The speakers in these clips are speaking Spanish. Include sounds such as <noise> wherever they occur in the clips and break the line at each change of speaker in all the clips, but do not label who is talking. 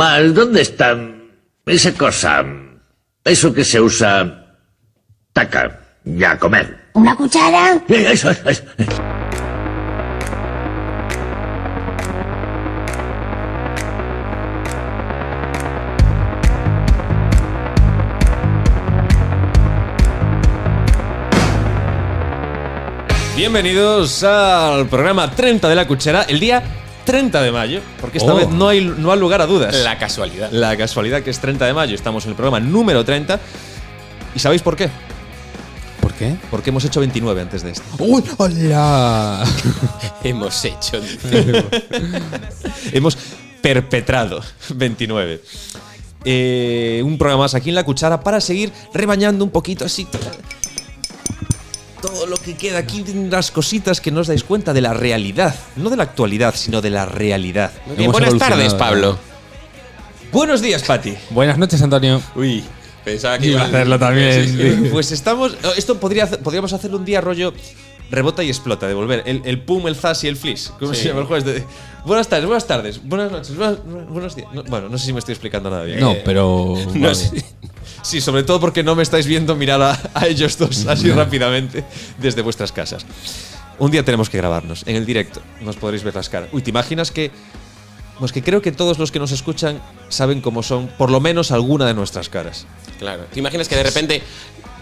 Mal, ¿dónde está esa cosa? Eso que se usa... Taca, ya a comer.
¿Una cuchara?
Eh, Eso, eso, eso.
Bienvenidos al programa 30 de la cuchara, el día 30 de mayo, porque esta
Oh.
vez no hay, no hay lugar a dudas.
La casualidad.
La casualidad que es 30 de mayo, estamos en el programa número 30. ¿Y sabéis por qué?
¿Por qué?
Porque hemos hecho 29 antes de este.
¡Uy! <laughs> ¡Hola!
hemos hecho.
Hemos perpetrado 29. Eh, un programa más aquí en la cuchara para seguir rebañando un poquito así. Todo lo que queda aquí, las cositas que no os dais cuenta de la realidad. No de la actualidad, sino de la realidad.
Bien,
Hemos
buenas
evolucionado.
tardes, Pablo.
Buenos días, Pati.
Buenas noches, Antonio.
Uy.
Pensaba
Iba a hacerlo también.
Pues estamos. Esto podría, hacer- podríamos hacer un día rollo rebota y explota, devolver. El, el pum, el zas y el flis. ¿Cómo se llama el jueves? De- buenas tardes, buenas tardes, buenas noches, buenas- buenos días. No, bueno, no sé si me estoy explicando nada bien.
<laughs> No,
Eh,
pero.
no sé. Sí, sobre todo porque no me estáis viendo mirar a, a ellos dos así rápidamente desde vuestras casas. Un día tenemos que grabarnos en el directo. Nos podréis ver las caras. Uy, ¿te imaginas que.? Pues que creo que todos los que nos escuchan saben cómo son, por lo menos alguna de nuestras caras.
Claro. ¿Te imaginas que de repente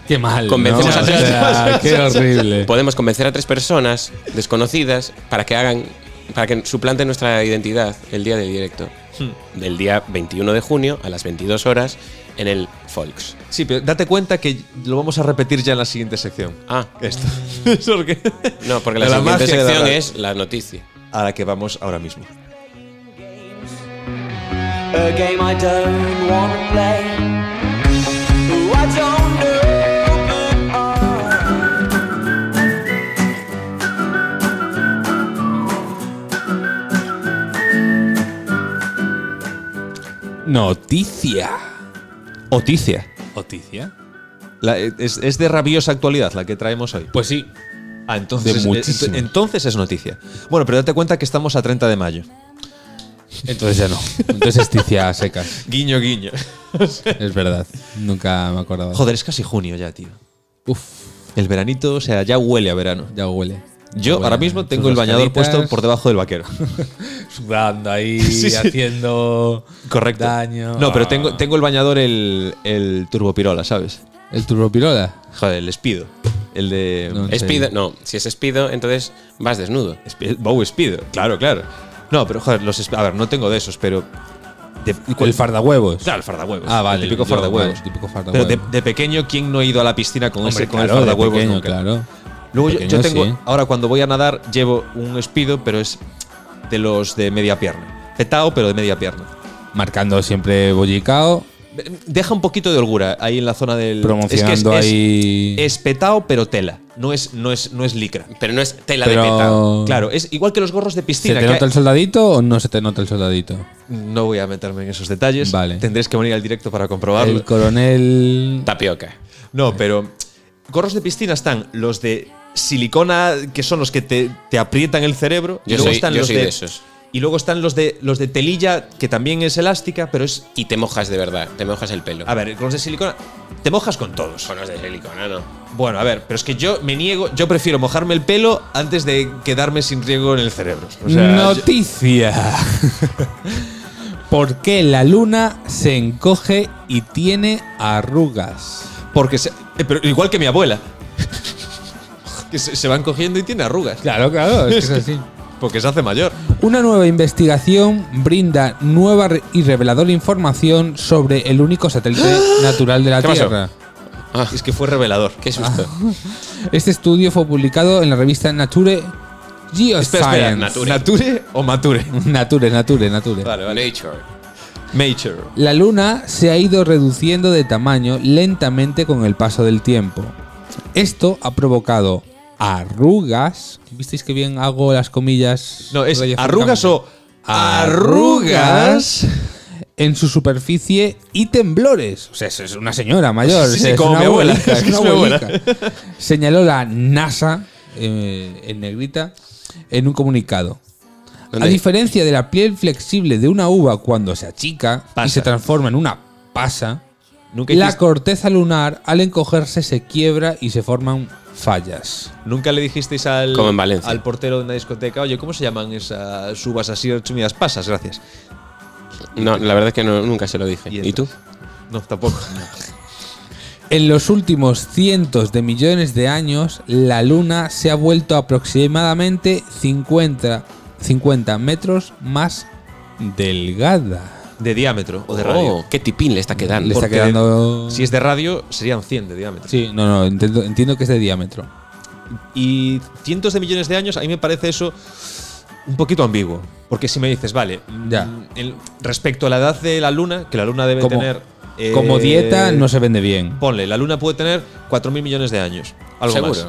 Qué mal.
Convencemos
¿no?
a tres.
O sea, Qué horrible.
podemos convencer a tres personas desconocidas para que hagan para que suplanten nuestra identidad el día del directo?
Hmm.
Del día 21 de junio a las 22 horas en el Folks.
Sí, pero date cuenta que lo vamos a repetir ya en la siguiente sección.
Ah,
Esto. <laughs> Es porque-
no, porque la,
La
siguiente
magia de la
sección
radio.
es la noticia.
A la que vamos ahora mismo.
A game I don't want to play. Who I don't know, but I.
Noticia.
Oticia.
¿Noticia?
La- es, es de rabiosa actualidad la que traemos hoy.
Pues sí.
Ah, entonces,
De
es-
muchísimo.
ent- entonces es noticia. Bueno, pero date cuenta que estamos a 30 de mayo.
Entonces ya no. Entonces es ticia a secas.
Guiño, guiño.
Es verdad. Nunca me acordaba.
Joder, es casi junio ya, tío.
Uf,
El veranito, o sea, ya huele a verano.
ya huele.
Yo
Huele.
ahora mismo
Tus
tengo el bañador
rascaditas,
puesto por debajo del vaquero.
Sudando <laughs> ahí,
Sí, sí.
haciendo.
Correcto.
Daño.
No, pero tengo, tengo el bañador el, el turbopirola, ¿sabes?
¿El turbopirola?
Joder, el espido. El de.
No, Sí.
Espido, no, si es espido, entonces vas desnudo.
Espi- Bow Speed, claro, claro. No, pero joder, los esp- a ver, no tengo de esos, pero de,
El fardahuevos.
Claro, el fardahuevos.
Ah, vale,
El típico
yo,
fardahuevos.
vale, típico
Pero
fardahuevos.
de, de pequeño, ¿quién no ha ido a la piscina con, ese, con el
de
fardahuevos?
pequeño,
nunca?
claro.
Luego yo-
De
yo,
pequeño,
tengo,
sí.
ahora cuando voy a nadar, llevo un espido, pero es de los de media pierna. Petao, pero de media pierna.
Marcando siempre bollicao,
De- Deja un poquito de holgura ahí en la zona del. es
promocionando
que es, es-
ahí.
Es, petao, pero tela. No es, no es, no es licra.
Pero no es tela
Pero-
de peta.
Oh.
Claro, es igual que los gorros de
¿Se
piscina.
te
que
nota
hay-
el soldadito o no se te nota el soldadito?
No voy a meterme en esos detalles.
Vale.
Tendréis que venir al directo para comprobarlo.
El coronel.
Tapioca.
No, pero gorros de piscina están los de silicona, que son los que te, te aprietan el cerebro.
Yo soy-
están
yo
los
soy de esos.
Y luego están los de, los de telilla, que también es elástica, pero es.
Y te mojas de verdad, te mojas el pelo.
A ver, con los de silicona. Te mojas con todos.
Son los de silicona, ¿no?
Bueno, a ver, pero es que yo me niego, yo prefiero mojarme el pelo antes de quedarme sin riego en el cerebro. O sea, yo-
Noticia. ¿Por qué la luna se encoge y tiene arrugas?
porque se- eh, pero igual que mi abuela. <laughs> que se, se van cogiendo y tiene arrugas.
Claro, claro, es, que es <laughs> así.
Porque se hace mayor.
Una nueva investigación brinda nueva re- y reveladora información sobre el único satélite natural de la
¿Qué pasó?
Tierra.
Ah,
Es que fue revelador. Ah,
qué susto.
Este estudio fue publicado en la revista Nature Geoscience.
Espera, espera,
Nature.
¿Nature o mature?
Nature, Nature, Nature.
Vale, vale.
Nature.
Mature.
La luna se ha ido reduciendo de tamaño lentamente con el paso del tiempo. Esto ha provocado arrugas. ¿Visteis que bien hago las comillas?
No, es
radiofónicamente?
arrugas o arrugas.
en su superficie y temblores. O sea, eso es una señora mayor.
Sí, sí,
o sea, es
como
una
mi abuela, <laughs>
abuelita,
es que
una
es mi abuela.
abuelita. Señaló la NASA eh, en negrita en un comunicado.
¿Dónde?
A diferencia de la piel flexible de una uva cuando se achica y
Pasa.
se transforma en una pasa,
Nunca,
la
hiciste-
corteza lunar al encogerse se quiebra y se forman fallas.
nunca le dijisteis al,
Como en Valencia.
al portero de una discoteca, oye, ¿cómo se llaman esas uvas así rechumidas? Pasas, gracias.
No, la verdad es que no- nunca se lo dije.
Y
¿Y, tú?
No,
<laughs>
tampoco.
En los últimos cientos de millones de años, la Luna se ha vuelto aproximadamente 50, 50 metros más delgada.
De diámetro o de radio.
Oh, qué tipín le está
Le
quedando.
está
Porque
quedando...
Si es de radio, serían 100 de diámetro.
Sí, no, no, entiendo, entiendo que es de diámetro.
Y cientos de millones de años, a mí me parece eso un poquito ambiguo. Porque si me dices, vale,
Ya.
mm, el- respecto a la edad de la luna, que la luna debe
Como-
tener. eh,
Como dieta no se vende bien.
Ponle, la luna puede tener 4.000 millones de años. Algo
¿Seguro?
más.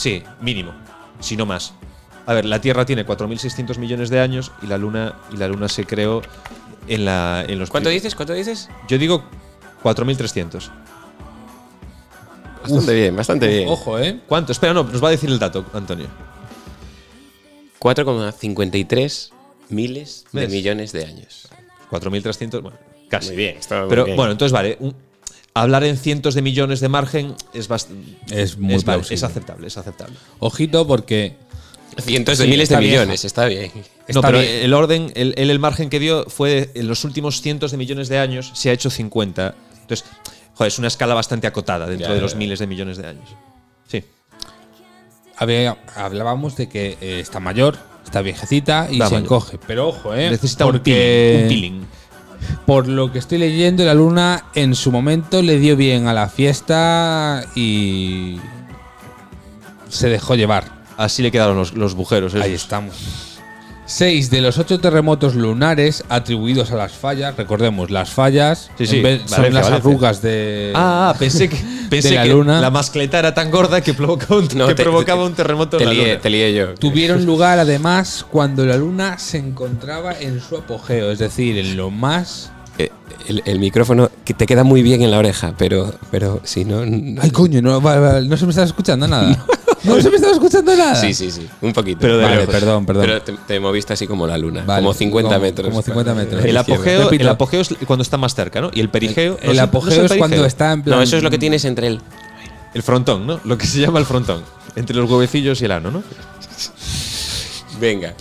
Sí, mínimo. Si no más. A ver, la Tierra tiene 4.600 millones de años y la luna, y la luna se creó en, la, en los.
¿Cuánto
prim-
dices? ¿Cuánto dices?
Yo digo 4.300.
Bastante bien, bastante bien.
Ojo, ¿eh?
¿Cuánto? Espera, no, nos va a decir el dato, Antonio.
4,53 miles de
¿Ves?
millones de años.
4.300, bueno, casi.
Muy bien, está muy
Pero
bien.
bueno, entonces vale. un- hablar en cientos de millones de margen es bastante.
Es muy plausible.
es aceptable, es aceptable.
Ojito porque
Cientos de
Sí,
miles de
está bien.
millones, está bien.
no,
Está
pero
bien.
el orden, el, el, el margen que dio fue de- en los últimos cientos de millones de años se ha hecho 50. Entonces, joder, es una escala bastante acotada dentro
Ya,
de
ya,
los
ya.
miles de millones de años. Sí.
había- hablábamos de que eh, está mayor, está viejecita y
Está
se
mayor.
encoge. Pero ojo, ¿eh?
Necesita
porque
un peeling. Un peeling.
Por lo que estoy leyendo, la luna en su momento le dio bien a la fiesta y se dejó llevar.
Así le quedaron los, los bujeros. esos.
Ahí estamos. Seis de los ocho terremotos lunares atribuidos a las fallas, recordemos, las fallas
Sí, sí,
en vez- son
Valencia,
las
Valencia.
arrugas de...
Ah, ah, pensé que, pensé
la
que
luna.
la mascleta era tan gorda que, provocó un-
<laughs> No,
que
te-
provocaba
te-
un terremoto
Te
en la
lié,
luna.
te lié
<laughs>
yo.
Tuvieron lugar además cuando la luna se encontraba en su apogeo, es decir, en lo más...
Eh, El, el micrófono que te queda muy bien en la oreja, pero, pero si no. no-
Ay, coño, no, va- va- no se me estaba escuchando nada. <laughs> no se me estaba escuchando nada.
Sí, sí, sí. Un poquito. pues,
Pero de
Vale,
lejos.
perdón, perdón.
Pero te, te moviste así como la luna.
Vale,
como 50
como-
metros.
como 50
para-
metros.
El
izquierda.
apogeo,
Repito.
el apogeo es cuando está más cerca, ¿no? Y el perigeo. no
el
sé- no sé
apogeo es cuando
perigeo.
está en plan...
No, eso es lo que tienes entre él.
El frontón, ¿no? Lo que se llama el frontón. Entre los huevecillos y el ano, ¿no?
Venga.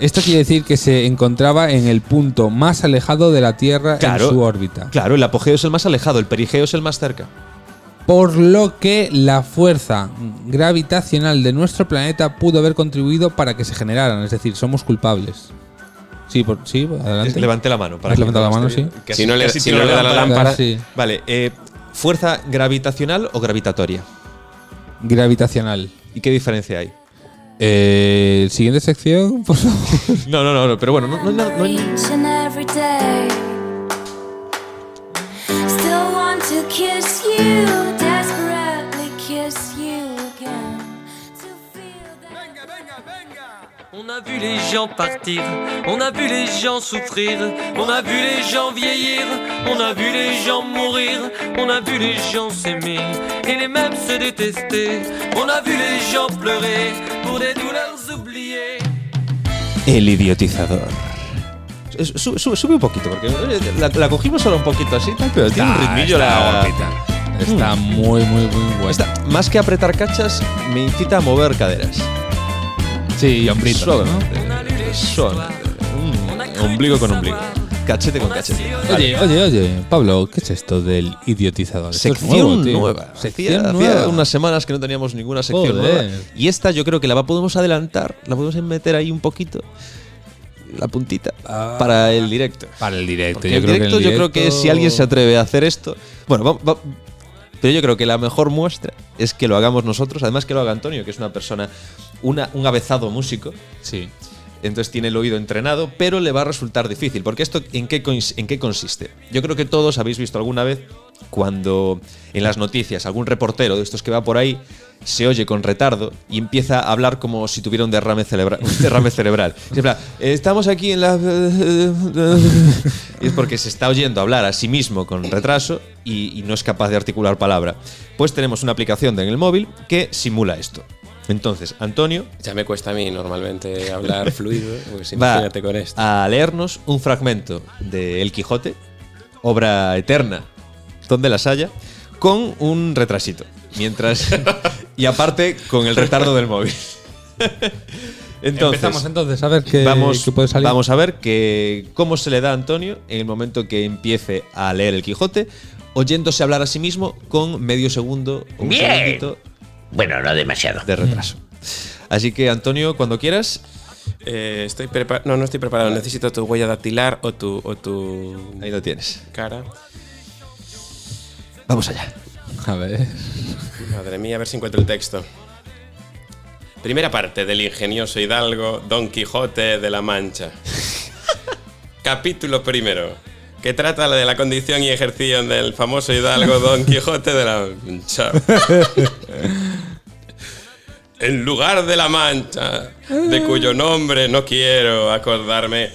Esto quiere decir que se encontraba en el punto más alejado de la Tierra en su órbita.
Claro, el apogeo es el más alejado, el perigeo es el más cerca.
Por lo que la fuerza gravitacional de nuestro planeta pudo haber contribuido para que se generaran. Es decir, somos culpables. Sí, por, sí adelante.
Levanté la mano. Para
¿Has
que
levantado
no
la
esté
mano,
bien.
sí?
Casi-
Si no le-
casi
si
tiro
no le da la lámpara.
Sí,
Vale, eh, ¿fuerza gravitacional o gravitatoria?
gravitacional.
¿Y qué diferencia hay?
Eh, siguiente sección, por favor.
<laughs>
No, no, no, no, pero bueno, no, no, no, no-
Each and every day. Still want to kiss you, desperately kiss you again. To feel that.
On a vu les gens partir, on a vu les gens souffrir, on a vu les gens vieillir, on a vu les gens mourir, on a vu les gens s'aimer et les mêmes se détester, on a vu les gens pleurer pour des douleurs oubliées.
El idiotizador. Es- su- su- sube un poquito, porque eh, la, la cogimos solo un poquito así, tal, pero tiene un
Ah,
ritmillo la.
Está muy, muy, muy bueno.
Esta, más que apretar cachas, me incita a mover caderas.
sí, hombrito,
Suavemente.
On a lu les histoires,
Suavemente.
on a
Mm,
cru
ombligo con
savoir,
ombligo. Cachete con
on a su-
cachete.
¿no? Oye, oye, oye, Pablo, ¿qué es esto del idiotizador? Esto es
Sección
nuevo, tío.
nueva.
Sección
hacía,
nueva.
hacía unas semanas que no teníamos ninguna sección
Joder.
nueva. Y esta yo creo que la va- podemos adelantar, la podemos meter ahí un poquito, la puntita,
Ah.
para el directo.
Para el directo.
Porque el directo, yo creo que si alguien se atreve a hacer esto. Bueno, va- va- pero yo creo que la mejor muestra es que lo hagamos nosotros, además que lo haga Antonio, que es una persona, una, un avezado músico.
Sí.
Entonces tiene el oído entrenado, pero le va a resultar difícil. Porque esto, ¿en qué, coins- ¿en qué consiste? Yo creo que todos habéis visto alguna vez cuando en las noticias algún reportero de estos que va por ahí se oye con retardo y empieza a hablar como si tuviera un derrame, celebra- un derrame cerebral. <laughs> Y en plan, estamos aquí en la... <laughs> Y es porque se está oyendo hablar a sí mismo con retraso y, y no es capaz de articular palabra. Pues tenemos una aplicación en el móvil que simula esto. Entonces, Antonio
Ya me cuesta a mí normalmente hablar fluido, pues
va
imagínate con esto.
a leernos un fragmento de El Quijote, obra eterna, donde las haya, con un retrasito. Mientras. y aparte, con el retardo del móvil. Entonces,
Empezamos entonces a ver qué,
vamos,
qué puede salir.
vamos a ver que, cómo se le da a Antonio en el momento que empiece a leer el Quijote, oyéndose hablar a sí mismo con medio segundo o un
Bien.
segundito
Bueno, no demasiado.
de
Mm.
retraso. Así que, Antonio, cuando quieras,
Eh, estoy prepa- no, no estoy preparado. Necesito tu huella dactilar o tu, o tu
ahí lo tienes.
cara.
Vamos allá.
A ver.
Madre mía, a ver si encuentro el texto. Primera parte del ingenioso hidalgo Don Quijote de la Mancha. Capítulo primero, que trata de la condición y ejercicio del famoso hidalgo Don Quijote de la Mancha. En lugar de la Mancha, de cuyo nombre no quiero acordarme,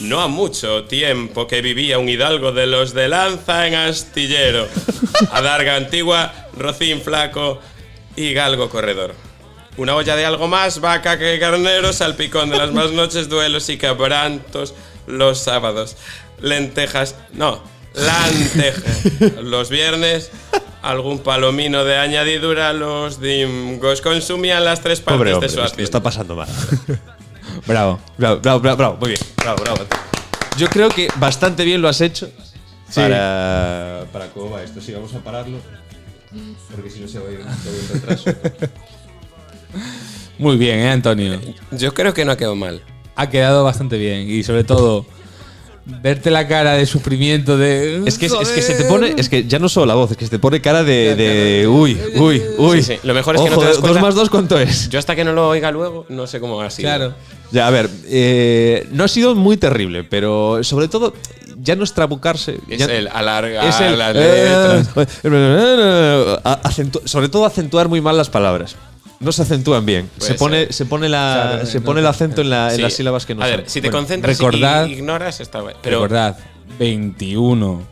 no ha mucho tiempo que vivía un hidalgo de los de lanza en astillero, adarga antigua, rocín flaco y galgo corredor. Una olla de algo más, vaca que carnero, salpicón de las más noches, duelos y cabrantos los sábados. Lentejas, no, lantejas los viernes, algún palomino de añadidura, los dingos consumían las tres partes
Pobre hombre,
de su
lo-
hacienda.
lo está pasando <laughs> mal.
Bravo.
Bravo, bravo, bravo, bravo, muy bien. Bravo, bravo. Yo creo que bastante bien lo has hecho para, para cómo va esto. Sí, vamos a pararlo. Porque si no se va a ir se va a ir en retraso.
Muy bien, ¿eh, Antonio?
Yo creo que no ha quedado mal.
Ha quedado bastante bien. Y sobre todo, verte la cara de sufrimiento de.
<laughs> es, que, es
"Joder".
que se te pone, es que ya no solo la voz, es que se te pone cara de. de uy, uy, uy.
Sí, sí. Lo mejor es que no te das
¿Dos
cuenta.
más dos cuánto es?
Yo hasta que no lo oiga luego, no sé cómo ha sido.
Claro.
Ya, a ver, eh, no ha sido muy terrible, pero sobre todo, ya no es trabucarse.
Es
ya-
el alargar
es el- eh,
las letras.
A- acentu- sobre todo acentuar muy mal las palabras. No se acentúan bien.
Puede
se pone, se pone, la,
Claro,
se
no,
pone el
no,
acento en, la- en
Sí.
las sílabas que no
A ver,
son.
si te
Bueno,
concentras
recordad-
y ignoras, está bueno. Pero
Recordad, 21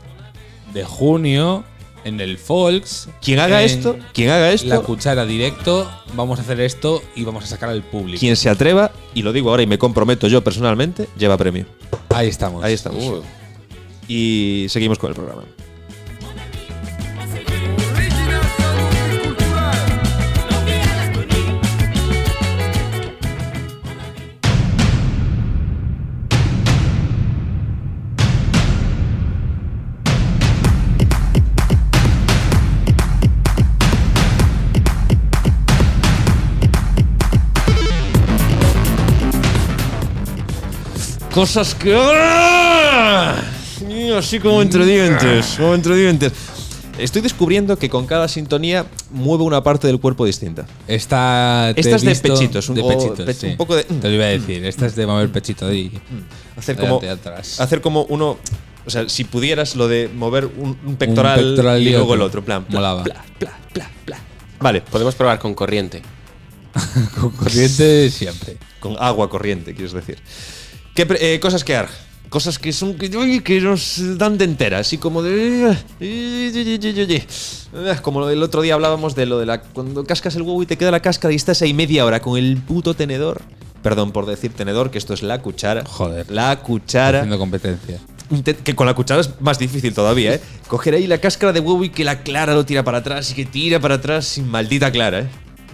de junio en el Folks.
Quien haga
en
esto, quien haga
La
esto,
cuchara directo, vamos a hacer esto y vamos a sacar al público.
quien se atreva, y lo digo ahora y me comprometo yo personalmente, lleva premio.
Ahí estamos.
Ahí estamos.
Uh.
Y seguimos con el programa. Cosas que. ¡Ah! Y Así como entre dientes.
Mm.
Como entre dientes. Estoy descubriendo que con cada sintonía mueve una parte del cuerpo distinta.
Esta, te
Esta
he
es de
visto-
pechitos, un-
de
o
pechitos,
pe-
sí.
un poco de- mm.
Te lo iba a decir. Esta es de mover pechito ahí.
Hacer como,
Adelante, atrás.
hacer como uno. O sea, si pudieras lo de mover un, un pectoral,
pectoral
y
y
luego
otro.
el otro. en Plan, pla,
Molaba.
pla, pla, pla, pla. Vale, pues,
podemos probar con corriente.
Con <laughs> corriente siempre.
con agua corriente, quieres decir. ¿Qué pre- eh, cosas que ar. Cosas que son que, uy, que nos dan de entera, así como de. eh, Como el otro día hablábamos de lo de la. Cuando cascas el huevo y te queda la cáscara y estás ahí media hora con el puto tenedor. Perdón por decir tenedor, que esto es la cuchara.
Joder.
La cuchara.
Haciendo competencia.
Inte- que con la cuchara es más difícil todavía, ¿eh? Coger ahí la cáscara de huevo y que la clara lo tira para atrás y que tira para atrás sin maldita clara, ¿eh?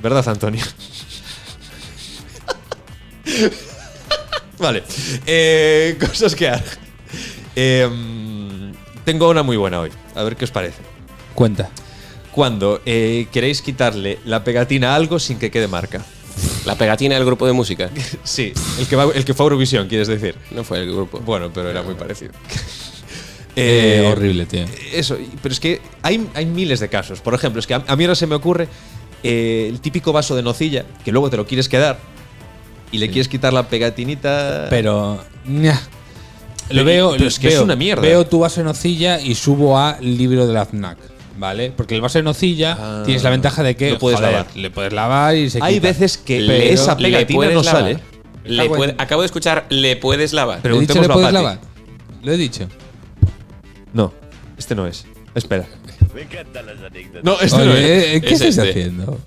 ¿Verdad, Antonio? vale. Eh, cosas que hago. tengo una muy buena hoy. A ver qué os parece.
Cuenta.
Cuando eh, queréis quitarle la pegatina a algo sin que quede marca. <laughs>
La pegatina del grupo de música.
Sí, el que, va- el que fue a Eurovisión, quieres decir.
No fue el grupo.
Bueno, pero era muy parecido.
Eh,
Eh,
horrible, tío.
Eso, y- pero es que hay, hay miles de casos. Por ejemplo, es que a, a mí ahora se me ocurre eh, el típico vaso de nocilla que luego te lo quieres quedar y le quieres quitar la pegatinita.
Pero. ña.
Pero-
Lo veo.
eh, pero es que
veo-
es una mierda.
Veo tu vaso de nocilla y subo a libro de la FNAC. ¿Vale? Porque el vaso de nocilla
Ah.
tienes la ventaja de que
Lo puedes lavar.
le puedes lavar y se
hay
quita.
veces que
Pero-
esa
Le
pegatina
puedes
no
lavar.
sale.
Le
Ah, bueno.
puede- acabo de escuchar, le puedes lavar.
Pero-
¿Lo he dicho,
preguntémoslo
le
a
puedes
Patty.
lavar? Lo he dicho.
No, este no es. Espera. No, este
Oye,
no es.
eh, ¿qué
Es
estás
este.
haciendo?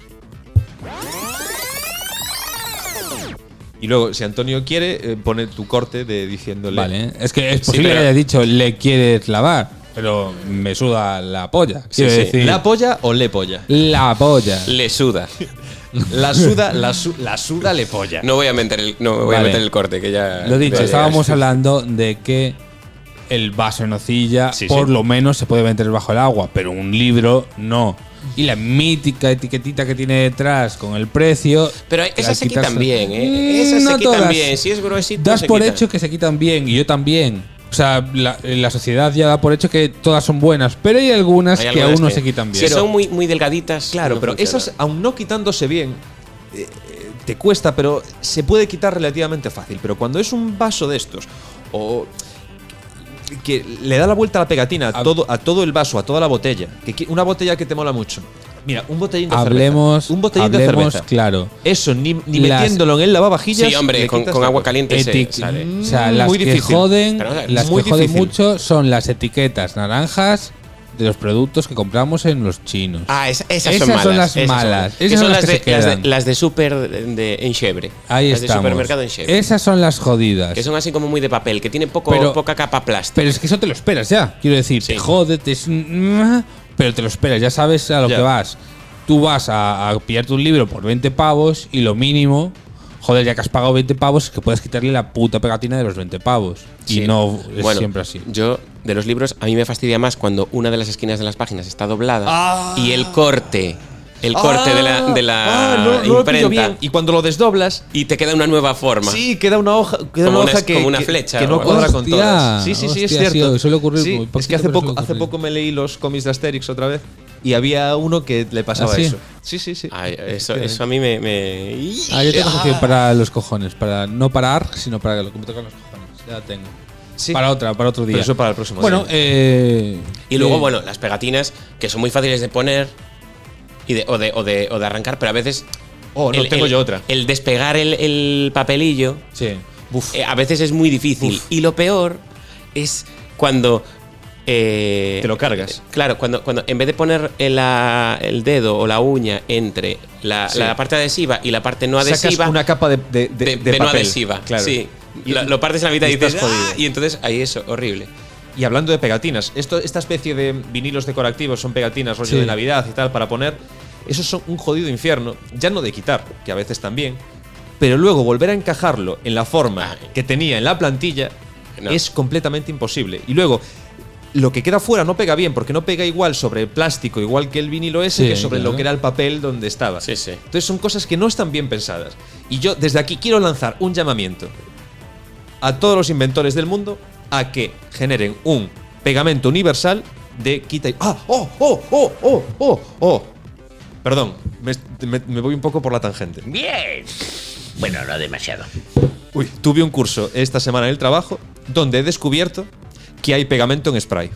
Y luego, si Antonio quiere, eh, pone tu corte de diciéndole.
Vale, es que es posible
pero-
que haya dicho le quieres lavar, pero me suda la polla.
Sí,
Quiero
sí.
decir,
¿La polla o le polla?
la polla.
Le suda.
<laughs> La suda, la, su- la suda le polla.
No voy a meter el, no, me voy
Vale.
a meter el corte, que ya.
Lo dicho,
ya
estábamos
llegaste.
hablando de que el vaso en hocilla,
Sí,
por
sí.
lo menos, se puede meter bajo el agua, pero un libro no. Y la mítica etiquetita que tiene detrás con el precio.
Pero hay-
que
esas
al
se quitan
quitarse-
bien,
Mm,
¿eh? Esas
no
se quitan
todas.
bien. Si es gruesito.
Das
se
por
quitan.
hecho que se quitan bien, y yo también. O sea, la, la sociedad ya da por hecho que todas son buenas, pero hay este. algunas
Hay
que
algunas
aún no se quitan bien.
Si son muy, muy delgaditas.
Claro,
no
pero
funcionan.
esas, aun no quitándose bien, eh, eh, te cuesta, pero se puede quitar relativamente fácil. Pero cuando es un vaso de estos, o que le da la vuelta a la pegatina a,
Hab-
todo, a todo el vaso, a toda la botella, que qui- una botella que te mola mucho. Mira, un botellín de
Hablemos,
cerveza. Un botellín
hablemos,
de cerveza.
claro.
Eso, ni, ni
Las-
metiéndolo en el lavavajillas.
Sí, hombre,
le
con,
quitas
con
la
agua
cosa.
caliente se
Etic-
sale.
O sea, las
Muy
que
difícil.
joden,
Mm, Pero, o sea,
las
muy
que joden
difícil.
mucho son las etiquetas naranjas de los productos que compramos en los chinos.
Ah, es- esas,
Esas
son malas.
son las
esas
malas,
que
esas son las
de,
que se
las de-
quedan.
las de super de, enchebre.
Ahí
las de
estamos.
supermercado enchebre.
Esas son las jodidas.
Que son así como muy de papel, que tienen poco,
Pero-
poca capa plástica.
Pero es que eso te lo esperas ya. Quiero decir,
Sí.
te jode, te es- pero te lo esperas, ya sabes a lo
Ya.
que vas. Tú vas a, a pillarte un libro por 20 pavos y lo mínimo, joder, ya que has pagado 20 pavos, es que puedes quitarle la puta pegatina de los 20 pavos.
Sí.
Y no es
Bueno,
siempre así.
Yo, de los libros, a mí me fastidia más cuando una de las esquinas de las páginas está doblada
Ah.
y el corte, el corte de la, de la
Ah, no, no lo pillo
imprenta.
bien. Y cuando lo desdoblas,
Y te queda una nueva forma.
Sí, queda una hoja, queda una
Como una-
hoja que,
como una
que-
flecha
que
o
no
algo.
cuadra con
Hostia,
todas. Sí, sí, sí,
hostia,
es
sí,
cierto.
suele ocurrir muy
es que
poquito,
hace
pero
poco,
suele
hace
ocurrir.
poco me leí los cómics de Asterix otra vez y había uno que le pasaba
¿Ah, sí?
eso. Sí, sí, sí.
Ay, eso, eso a mí me. me-
Ah, yo tengo canción para los cojones, para no para ARG, sino para que lo que me tocan los cojones. Ya la tengo.
Sí.
Para otra, para otro día.
Pero eso para el próximo
Bueno,
día.
eh,
Y luego,
eh,
bueno, las pegatinas, que son muy fáciles de poner y de- o, de, o de- o de arrancar, pero a veces.
Oh, no tengo yo otra.
El despegar el, el papelillo
Sí.
eh, a veces es muy difícil. Y lo peor es cuando. eh,
Te lo cargas.
Claro, cuando, cuando en vez de poner el, la- el dedo o la uña entre la,
Sí.
la parte adhesiva y la parte no
Sacas
adhesiva,
una capa de, de, de-
de,
de
de no
papel.
adhesiva,
Claro.
sí.
Y,
Lo, lo partes en la mitad
y
y,
te
dices,
has
"Ah",
jodido.
y entonces ahí eso, horrible.
y hablando de pegatinas, esto, esta especie de vinilos decorativos son pegatinas, rollo
Sí.
de Navidad y tal, para poner. Eso son un jodido infierno. Ya no de quitar, que a veces también. Pero luego volver a encajarlo en la forma que tenía en la plantilla
No.
es completamente imposible. Y luego, lo que queda fuera no pega bien, porque no pega igual sobre el plástico, igual que el vinilo ese,
Sí,
que sobre
claro.
lo que era el papel donde estaba.
Sí, sí.
Entonces son cosas que no están bien pensadas. Y yo desde aquí quiero lanzar un llamamiento a todos los inventores del mundo a que generen un pegamento universal de quita y. ¡Ah! ¡Oh! ¡Oh! ¡Oh! ¡Oh! ¡Oh! ¡Oh! Perdón, me, me- me voy un poco por la tangente.
Bien. Bueno, no demasiado.
Uy, tuve un curso esta semana en el trabajo donde he descubierto que hay pegamento en spray.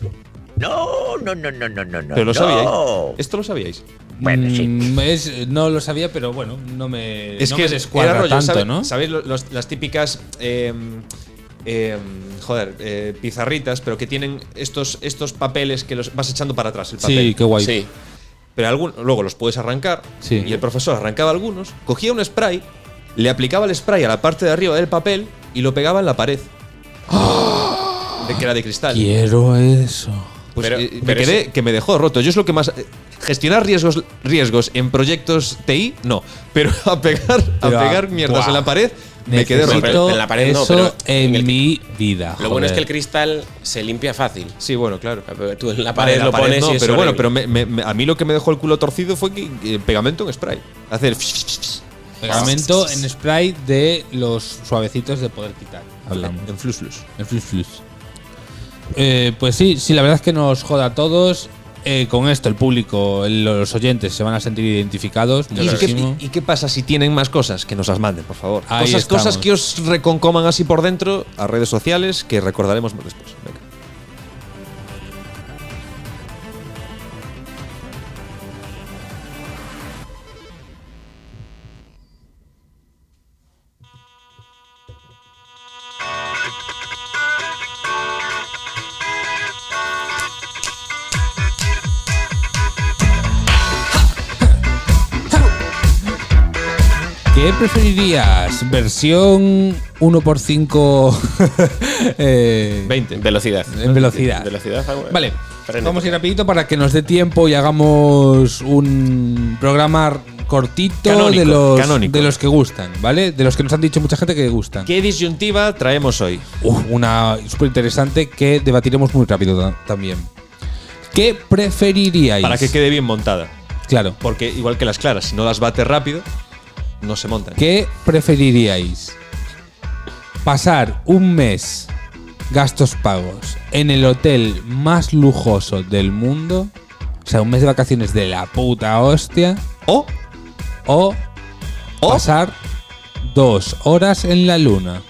No, no, no, no, no, no. no.
Pero lo
no.
¿eh? sabíais. Esto lo sabíais.
Bueno, sí.
Mm, es- no lo sabía, pero bueno, no me,
Es
Eh, no
que
me
era
descuadra
rollo,
tanto,
¿sabe-
¿no?
¿Sabéis lo- los- las típicas. eh, eh, joder, eh, pizarritas, pero que tienen estos, estos papeles que los vas echando para atrás el papel.
Sí, qué guay.
Sí.
Pero algún- luego los puedes arrancar.
Sí.
Y el profesor arrancaba algunos, cogía un spray, le aplicaba el spray a la parte de arriba del papel y lo pegaba en la pared.
¡Ah!
De que era de cristal.
Quiero eso.
Pues
Pero-
eh, me
pero
quedé
ese-
que me dejó roto. Yo es lo que más. eh, Gestionar riesgos, riesgos en proyectos TI, no. Pero <laughs> a pegar,
Pero
a
a-
pegar mierdas
buah.
en la pared, me quedé
Necesito
roto.
Pero en la pared no,
eso
pero en
en,
el-
mi vida.
Lo bueno es que el
joder.
cristal se limpia fácil.
Sí, bueno, claro.
Tú en la pared
Vale, la
lo
pared
pones
no,
y es
pero bueno,
horrible.
pero me- me- me- a mí lo que me dejó el culo torcido fue que, eh, pegamento en spray. Hacer.
pegamento en spray de los suavecitos de poder quitar. Hablamos.
En flus flus.
El flus flus. Eh, pues sí, sí, la verdad es que nos joda a todos. Eh, con esto el público, el- los oyentes se van a sentir identificados.
¿Y qué,
muchísimo.
y- y qué pasa si tienen más cosas? Que nos las manden, por favor.
Ahí
cosas,
estamos.
cosas que os reconcoman así por dentro a redes sociales que recordaremos más después. Venga.
¿Qué ¿Qué preferirías? ¿Versión
<laughs>
1x5 eh,
20.
Velocidad.
en velocidad?
Velocidad, ah, bueno.
Vale,
Frénética.
vamos a ir rapidito para que nos dé tiempo y hagamos un programa cortito
Canónico,
de, los,
canónico.
de los que gustan, ¿vale? De los que nos han dicho mucha gente que gustan.
¿Qué disyuntiva traemos hoy?
Uf, una súper interesante que debatiremos muy rápido ta- también. ¿Qué preferiríais?
Para que quede bien montada.
Claro.
Porque igual que las claras, si no las bates rápido, no se montan.
¿Qué preferiríais? ¿Pasar un mes gastos pagos en el hotel más lujoso del mundo? O sea, un mes de vacaciones de la puta hostia.
O
O,
¿O?
pasar dos horas en la luna.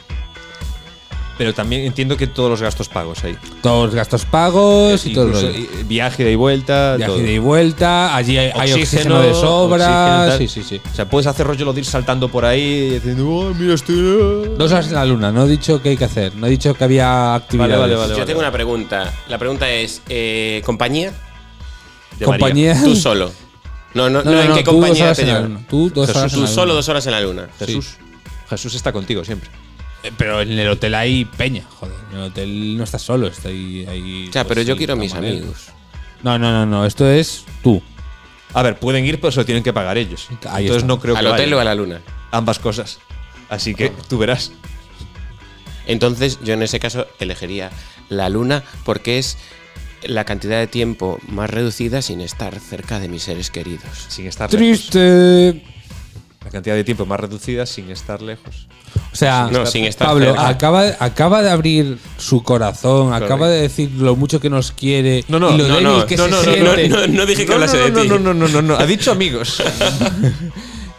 Pero también entiendo que todos los gastos pagos ahí.
Todos gastos pagos y todo el
Incluso,
rollo.
eh, Viaje de vuelta.
Viaje
todo.
de vuelta, allí hay, hay oxígeno, de sobra.
oxígeno,
sí,
tal.
sí, sí.
O sea, puedes hacer rollo lo de ir saltando por ahí y diciendo, "Oh, mira, estoy.
Dos horas en la luna, no he dicho qué hay que hacer, no he dicho que había actividades.
vale, vale.
Yo tengo una pregunta. La pregunta es, eh, ¿compañía?
De
Compañía.
Tú solo. No, no, no, ¿en qué
tú dos
compañía
horas
te
en la
llevan?
luna. Tú dos
Jesús,
horas en
Tú
la
solo
luna.
dos horas en la luna.
Jesús. Jesús está contigo siempre.
Eh, Pero en el hotel hay peña, joder. En el hotel no estás solo, está ahí. ahí,
O sea,
pues,
pero yo
sí,
quiero a mis
camareros.
amigos.
No, no, no, no, esto es tú.
A ver, pueden ir, pero se lo tienen que pagar ellos.
Ahí
Entonces
está.
no creo
¿Al
que
hotel
vayan.
o a la luna?
ambas cosas. Así que
Ah.
tú verás.
Entonces, yo en ese caso elegiría la luna porque es la cantidad de tiempo más reducida sin estar cerca de mis seres queridos.
Sin estar lejos.
Triste.
La cantidad de tiempo más reducida sin estar lejos.
O sea,
No, sin estar
Pablo
cerca.
acaba, acaba de abrir su corazón, acaba de decir lo mucho que nos quiere
No, no,
y lo
no,
débil
no,
que
no,
se
no, no,
siente.
no, no dije que hablase de ti.
No, no, no, no, no. Ha dicho
<laughs>
amigos.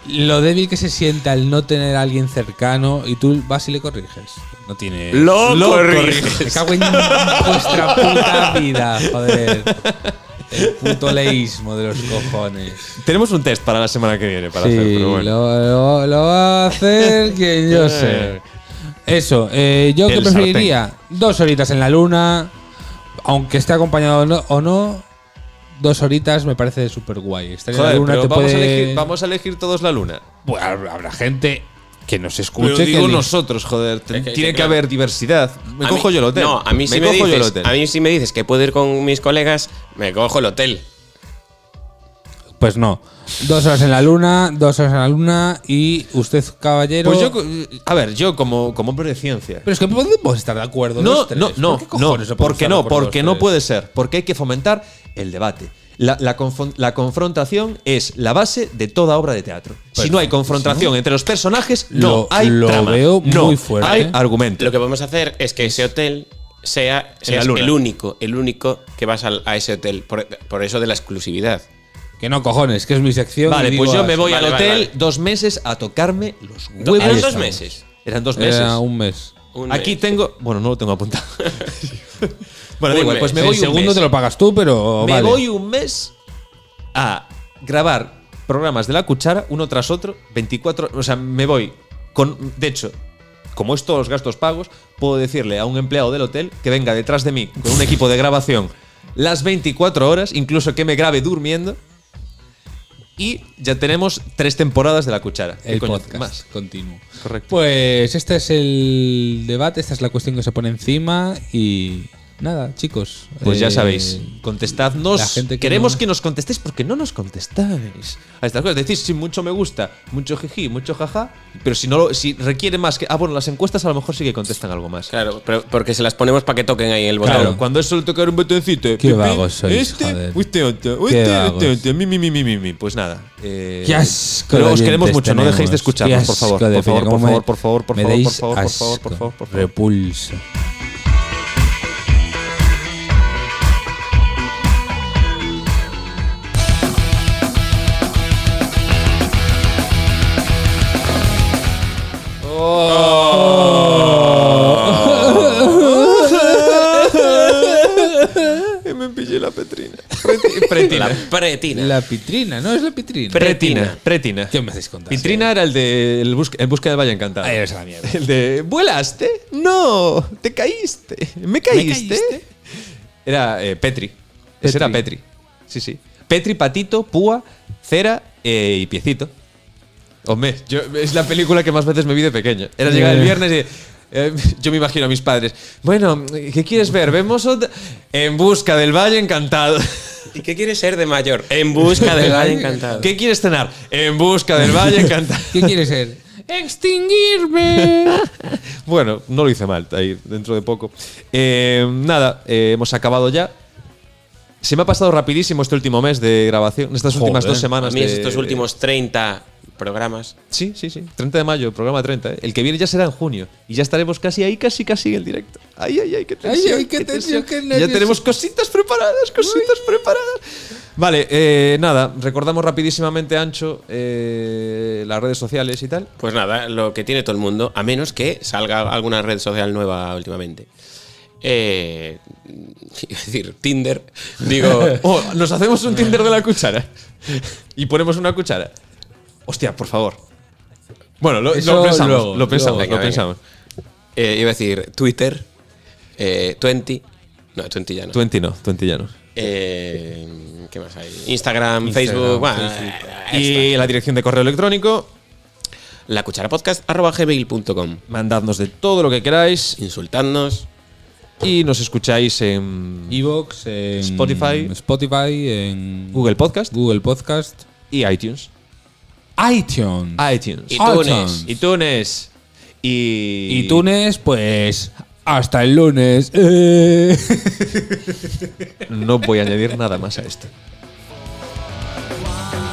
Lo débil que se sienta al no tener a alguien cercano y tú vas y le corriges. No tiene.
Lo
Me
<laughs>
cago en vuestra puta vida, joder. El puto leísmo de los cojones.
<laughs> Tenemos un test para la semana que viene para hacer, pero bueno. Eh,
lo, lo- lo va
<laughs>
a hacer quien yo sé. Eso, eh, yo que
El
preferiría dos horitas en la luna, aunque esté acompañado o no, o no, dos horitas me parece súper guay. Estar en
Joder,
la luna
pero
te
vamos, a
puede-
elegir, vamos a elegir todos la luna.
Bueno, habrá gente que nos escuche.
Pero
que
digo
le-
nosotros, joder. Tiene
que-
que,
que-
haber diversidad. Me
A
cojo
mí-
yo el hotel.
No, a mí, si me
cojo yo el
dices,
hotel.
a mí si me dices que puedo ir con mis colegas, me cojo el hotel.
Pues no. Dos horas en la luna, dos horas en la luna y usted, caballero.
Pues yo, co- a ver, yo como, como hombre de ciencia.
Pero es que podemos estar de acuerdo.
No,
los tres.
no,
¿Por
no, no,
qué cojones podemos
porque
estar de
no,
acuerdo
porque
los
no
tres?
puede ser, porque hay que fomentar el debate. La, la confon- la confrontación es la base de toda obra de teatro. si no hay confrontación entre los personajes, no
Lo-
hay
lo
trama.
veo
no
muy fuerte. ¿eh?
Hay argumento.
Lo que podemos hacer es que ese hotel sea seas
luna.
el único, el único que vas al- a, ese hotel. Por, por eso de la exclusividad.
Que no, cojones, que es mi sección.
Vale,
y
pues
digo
yo me
así.
voy
Vale,
al
vale,
hotel
vale.
dos meses a tocarme los
Do-
huevos.
eran dos
estamos.
meses.
Eran dos meses.
Era un mes.
Un
Aquí
mes.
tengo. Bueno, no lo tengo
<laughs>
apuntado. bueno,
Un
da igual, pues me
mes.
voy
el
un
segundo
mes.
te lo pagas tú, pero.
Me
vale.
voy un mes a grabar programas de la cuchara, uno tras otro, 24. O sea, me voy con. De hecho, como es todos los gastos pagos, puedo decirle a un empleado del hotel que venga detrás de mí con un equipo de grabación las 24 horas, incluso que me grabe durmiendo. Y ya tenemos tres temporadas de la cuchara. ¿Qué
el
coño
podcast
más?
continuo.
Correcto.
Pues este es el debate, esta es la cuestión que se pone encima y. Nada, chicos.
Pues ya
eh,
sabéis, contestadnos.
la gente que
Queremos
no-
que nos contestéis porque no nos contestáis a estas cosas. Decís si mucho me gusta, mucho jiji, mucho jaja, pero si no lo- si requiere más que ah bueno, las encuestas a lo mejor sí que contestan algo más.
Claro, pero- porque se las ponemos para que toquen ahí el botón.
Claro,
Claro.
cuando es solo tocar un botoncito.
Qué
pi, pi,
vagos sois,
este,
joder.
Este, otro,
Qué
este,
vagos.
este, otro, mi, mi, mi, mi, mi, mi. Pues nada. eh,
Qué asco
pero
de
os queremos
oyentes
mucho, no dejéis
tenemos.
de escucharnos, por
Qué
favor.
asco de
Por favor,
peña,
por
cómo me-
favor, por favor, por
me
favor, por
dais
favor, por favor,
asco.
por favor, por favor.
Repulsa.
<laughs> Me pillé la petrina.
La <laughs> pretina.
La pitrina, no es la pitrina.
Pretina, pretina.
¿Qué me hacéis contar?
Vitrina era el de el busca, en busca de Valle Encantado.
Ahí eres la mierda.
El de ¿Vuelaste? No, te caíste. ¿Me caíste? Era eh, Petri. Ese era Petri. Sí, sí. Petri, Patito, Púa, Cera eh, y Piecito. Hombre, yo, es la película que más veces me vi de pequeño. Era llegar el
Eh.
viernes y. eh, yo me imagino a mis padres. Bueno, ¿qué quieres ver? Vemos otra- En busca del Valle Encantado.
¿Y qué quieres ser de mayor?
En busca
<laughs>
del valle encantado.
<laughs> ¿Qué quieres cenar? En busca del Valle Encantado.
¿Qué quiere ser? ¡Extinguirme!
<laughs> Bueno, no lo hice mal, ahí dentro de poco. Eh, nada, eh, hemos acabado ya. Se me ha pasado rapidísimo este último mes de grabación, estas últimas
Joder.
dos semanas.
A mí
de-
estos últimos 30 programas.
Sí, sí, sí. 30 de mayo, programa 30. ¿eh? El que viene ya será en junio. Y ya estaremos casi ahí, casi, casi en el directo. Ay, ay, ay, qué tensión.
ay, qué tensión, qué
Y ya
nervios.
tenemos cositas preparadas, cositas preparadas. Vale, eh, nada, recordamos rapidísimamente, Ancho, eh, las redes sociales y tal.
Pues nada, lo que tiene todo el mundo, a menos que salga alguna red social nueva últimamente. Eh, <laughs> iba a decir, Tinder. Digo,
<laughs>
Oh, nos hacemos un Tinder de la cuchara. Y ponemos una cuchara. Hostia, por favor. Bueno, lo, lo
Eso
pensamos.
luego,
lo pensamos,
luego. Venga,
lo
venga.
pensamos.
eh, iba a decir Twitter, eh, 20. No, 20 ya no.
Twenty no, Twenty ya no.
Eh, ¿Qué más hay? Instagram, Facebook. bueno, eh,
Y la dirección de correo electrónico,
La cuchara podcast arroba gmail.com.
mandadnos de todo lo que queráis
Insultadnos.
y nos escucháis en
Evox, en
Spotify.
Spotify, en
Google Podcast
Google Podcast,
y iTunes.
iTunes.
iTunes.
Y
iTunes.
Tunes.
iTunes. Y,
Y Túnez, pues hasta el <laughs> lunes. Eh.
No voy a añadir nada más a esto.
One